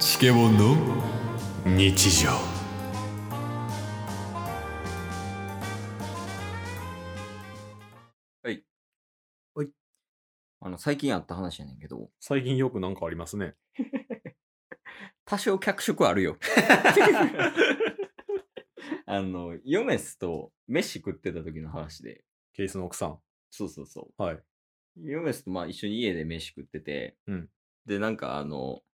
チケボンの日常あの、最近あった話やねんけど、最近よくなんかありますね。多少脚色あ るよ。あの、ヨメスと飯食ってた時の話で、ケースの奥さん。そうそうそはい。う。ヨメスとまあ一緒に家で飯食ってて、うんで、なんかあの、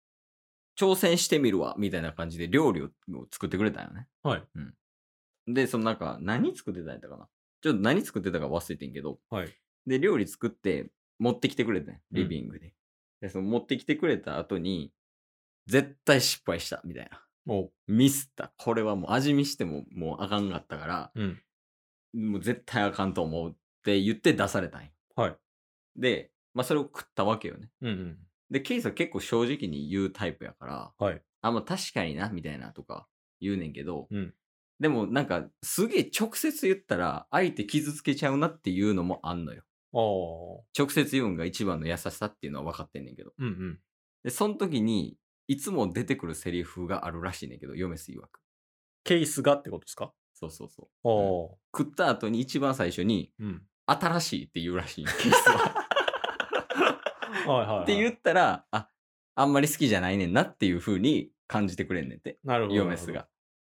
挑戦してみるわ、みたいな感じで料理をを作ってくれたんよね。はい。うん。で、そのなんか、何作ってたんやったかな。ちょっと何作ってたか忘れてんけど、はい。で、料理作って持ってきてくれたんやリビングで。で、その持ってきてくれた後に、絶対失敗した、みたいな。もミスった。これはもう味見してももうあかんかったから、う、うん。もう絶対あかんと思うって言って出されたんよ。はい。で、まあそれを食ったわけよね。うんうん。で、ケイさん結構正直に言うタイプやから、はい。あ、まあ確かにな、みたいなとか言うねんけど、うんでもなんかすげえ直接言ったら相手傷つけちゃうなっていうのもあんのよ。ああ。直接言うんが一番の優しさっていうのは分かってんねんけど。うんうん。で、その時にいつも出てくるセリフがあるらしいねんけど、ヨメス曰く。ケースがってことですかそうそうそう。ああ。食った後に一番最初にうん。新しいって言うらしいんケース ははいはい、はい。って言っ。たらああんまり好きじゃないねんなっていう風に感じてくれんねんってなるほど。ヨメスが。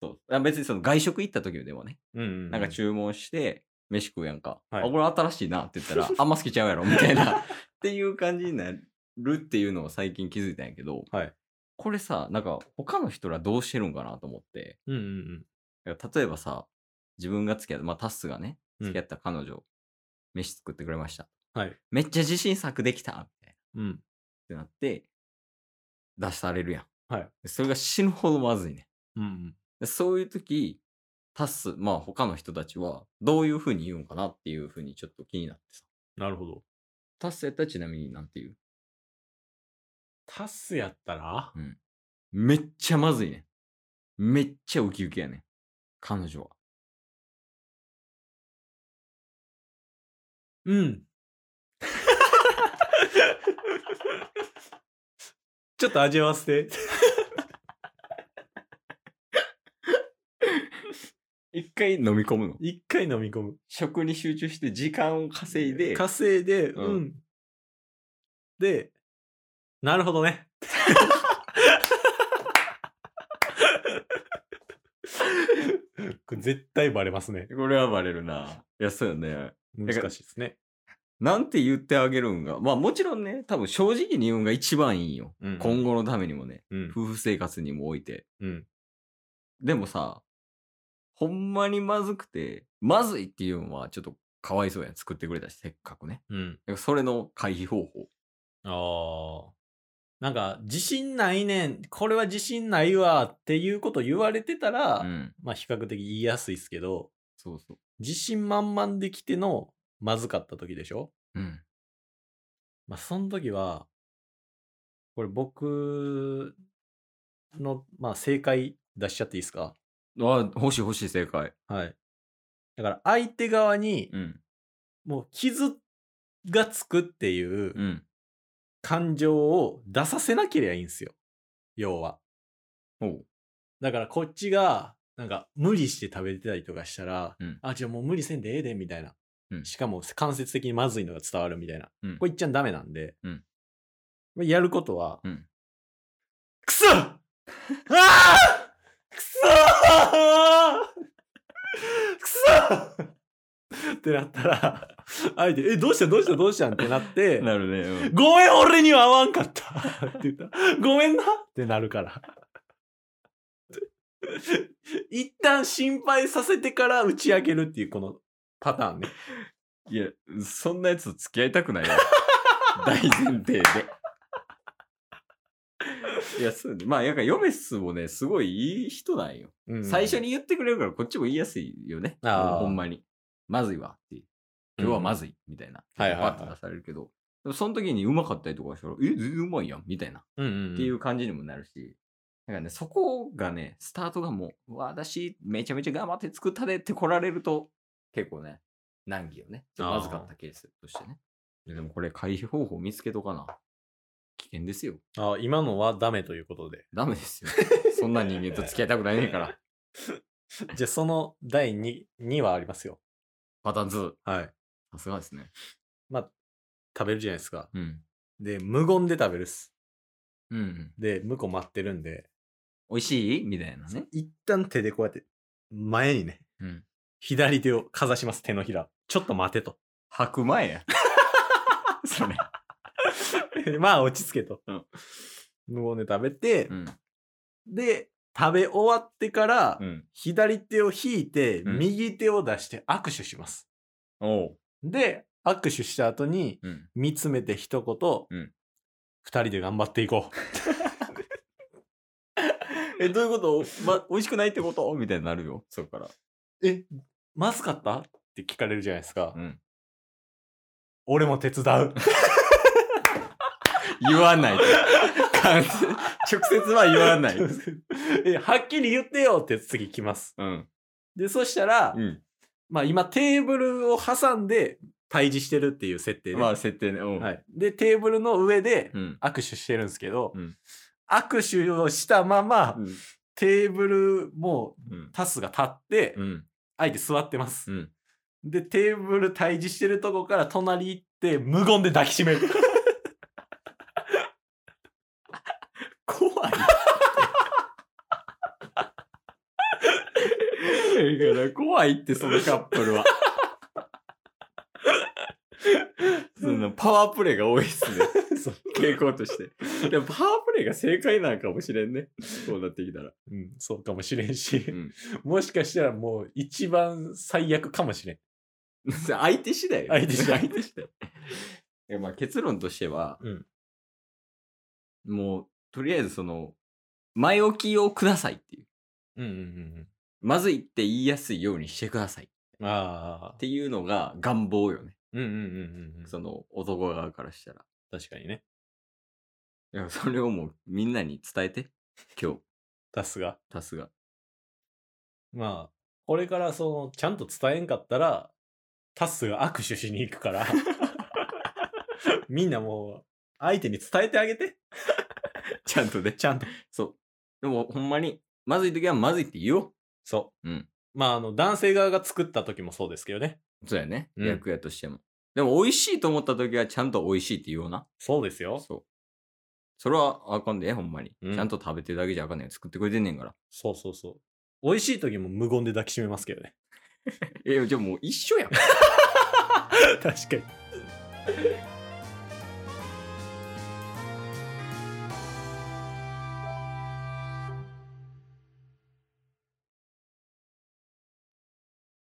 そうあ別にその外食行った時でもね、なるほど。うん、うん。なんか注文して飯食うやんか、はいあこれ新しいなって言った らあんま好きちゃうやろみたいなっていう感じになるっていうのを最近気づいたんやけど、はいこれさなんか他の人らどうしてるんかなと思ってうんうんうん。だから例えばさ、自分が付き合った、まあタスがね、うん付き合った彼女、飯作ってくれました。はい。めっちゃ自信作できたみたいうん。なってなって、出されるやん。はいでそれが死ぬほどまずいね。うんうん。でそういう時、タス、まあ他の人たちは、どういう風に言うんかなっていう風にちょっと気になってさ。なるほど。タスやったらちなみになんて言うタスやったらめっちゃまずいね。めっちゃウキウキやね。彼女は。うん。 ちょっと味わわせて。一回飲み込むの。一回飲み込む。食に集中して時間を稼いで、稼いで、ううんん。で、なるほどね。これ絶対バレますね。これはバレるな。いや、そうよね。難しいですね。なんて言ってあげるんが。まあもちろんね、多分正直に言うんが一番いいよ。うん今後のためにもね、うん。夫婦生活にもおいて。うん。でもさ、ほんまにまずくて、まずいっていうのはちょっとかわいそうやん。作ってくれたし、せっかくね。うん。だからそれの回避方法。ああ。なんか、自信ないねん。これは自信ないわ。っていうこと言われてたら、うん。まあ比較的言いやすいですけど、そうそう。自信満々できての、まずかった時でしょうん。まあ、その時は、これ僕の、まあ、正解出しちゃっていいですかあ、欲しい欲しい正解。はい。だから、相手側にう、ん。。もう、傷がつくっていううん感情を出させなければいいんですよ。要は。おう。だから、こっちが、なんか、無理して食べてたりとかしたら、うんあ、じゃあもう無理せんでええで、みたいな。うんしかも、間接的にまずいのが伝わるみたいな。うんこれ言っちゃダメなんで、うんこれやることは、うんく そああくそくそってなったら、相手、え、どうしたどうしたどうしたんってなって、 なるね。うんごめん、俺には合わんかったって言ったら。ごめんなってなるから。一旦心配させてから打ち明けるっていうこのパターンね。いや、そんなやつと付き合いたくないよ。 大前提で。いや、そうね。まあ、やっぱヨメスもね、すごいいい人なんよ。最初に、に言ってくれるから、こっちも言いやすいよね。あーほんまに。まずいわっていう。今日はまずい、みたいな。はいはいはいパッと出されるけど。でもその時にうまかったりとかしたら、え、全然うまいやん、みたいな。うんうんうんっていう感じにもなるし。だからね、そこがね、スタートがもう、私、めちゃめちゃ頑張って作ったでって来られると、結構ね、難儀よね。あーまずかったケースとしてね。でもこれ、回避方法見つけとかな。危険ですよ。あ今のはダメということ で。ダメですよ。そんな人間と付き合いたくないねん から。じゃあその第 2, 2はありますよ。パターン2。はい。さすがですね。まあ、食べるじゃないですか。うん。で、無言で食べるっす。うんうん。で、向こう待ってるんで、美味しいみたいなね。一旦手でこうやって、前にね、うん。左手をかざします、手のひら。ちょっと待てと。 吐く前 や。それ。まあ、落ち着けと。うん無言で食べて、うん。で、食べ終わってから、うん。左手を引いて、うん右手を出して握手します。おう。で、握手した後に、うん。見つめて一言、うん二人で頑張ってい こえ、どういうことま、美味しくないってことみたいになるよ。そっから。う。え、まずかったって聞かれるじゃないですか。うん。俺も手伝う。 言わないと。完全直接は言わ ない。う え、はっきり言ってよって次来ます。ん。で、そしたら、うん。まあ今テーブルを挟んで対峙してるっていう設定で。まあ、設定ね。うん。はい、で、テーブルの上でうん。握手してるんですけど、うん握手をしたまま、うん。テーブルもうん。タスが立って、うん。相手座ってます、うん。で、テーブル対峙してるとこから隣行って、無言で抱きし める。怖い。だから怖いってそのカップ ルは。そのパワープレイが多いっすね。そう傾向として。でもパワープレイが正解なんかもしれんね。そうなってきたら。うん、そうかもしれんし、んもしかしたらもう一番最悪かもしれん。 相手次第よ相手次第相手次第。 えまあ結論としては、うんもうとりあえずその、前置きをくださいっていう。うんうんうんまずいって言いやすいようにしてください。うん。ああっ。ていうのが願望よね。うんうんうんうん。その男側からしたら。確かにね。いや、それをもうみんなに伝えて。今日、タスが。タスが。まあ、これからその、ちゃんと伝えんかったら、タスが握手しに行く から、みんなもう、相手に伝えてあげて。ちゃんとね。ちゃんと。そう。でもほんまに、まずい時はまずいって言おう。そう。うんまあ、あの、男性側が作った時もそうですけどね。そうやね。うん役やとしても。でも美味しいと思った時はちゃんと美味しいって言おうな。そうですよ。そう。それはあかんで、ほんまに。うんちゃんと食べてるだけじゃあかんねん。作ってくれてんねんから。そうそうそう。美味しい時も無言で抱きしめますけ どね。え、じゃあもう一緒やん。確かに。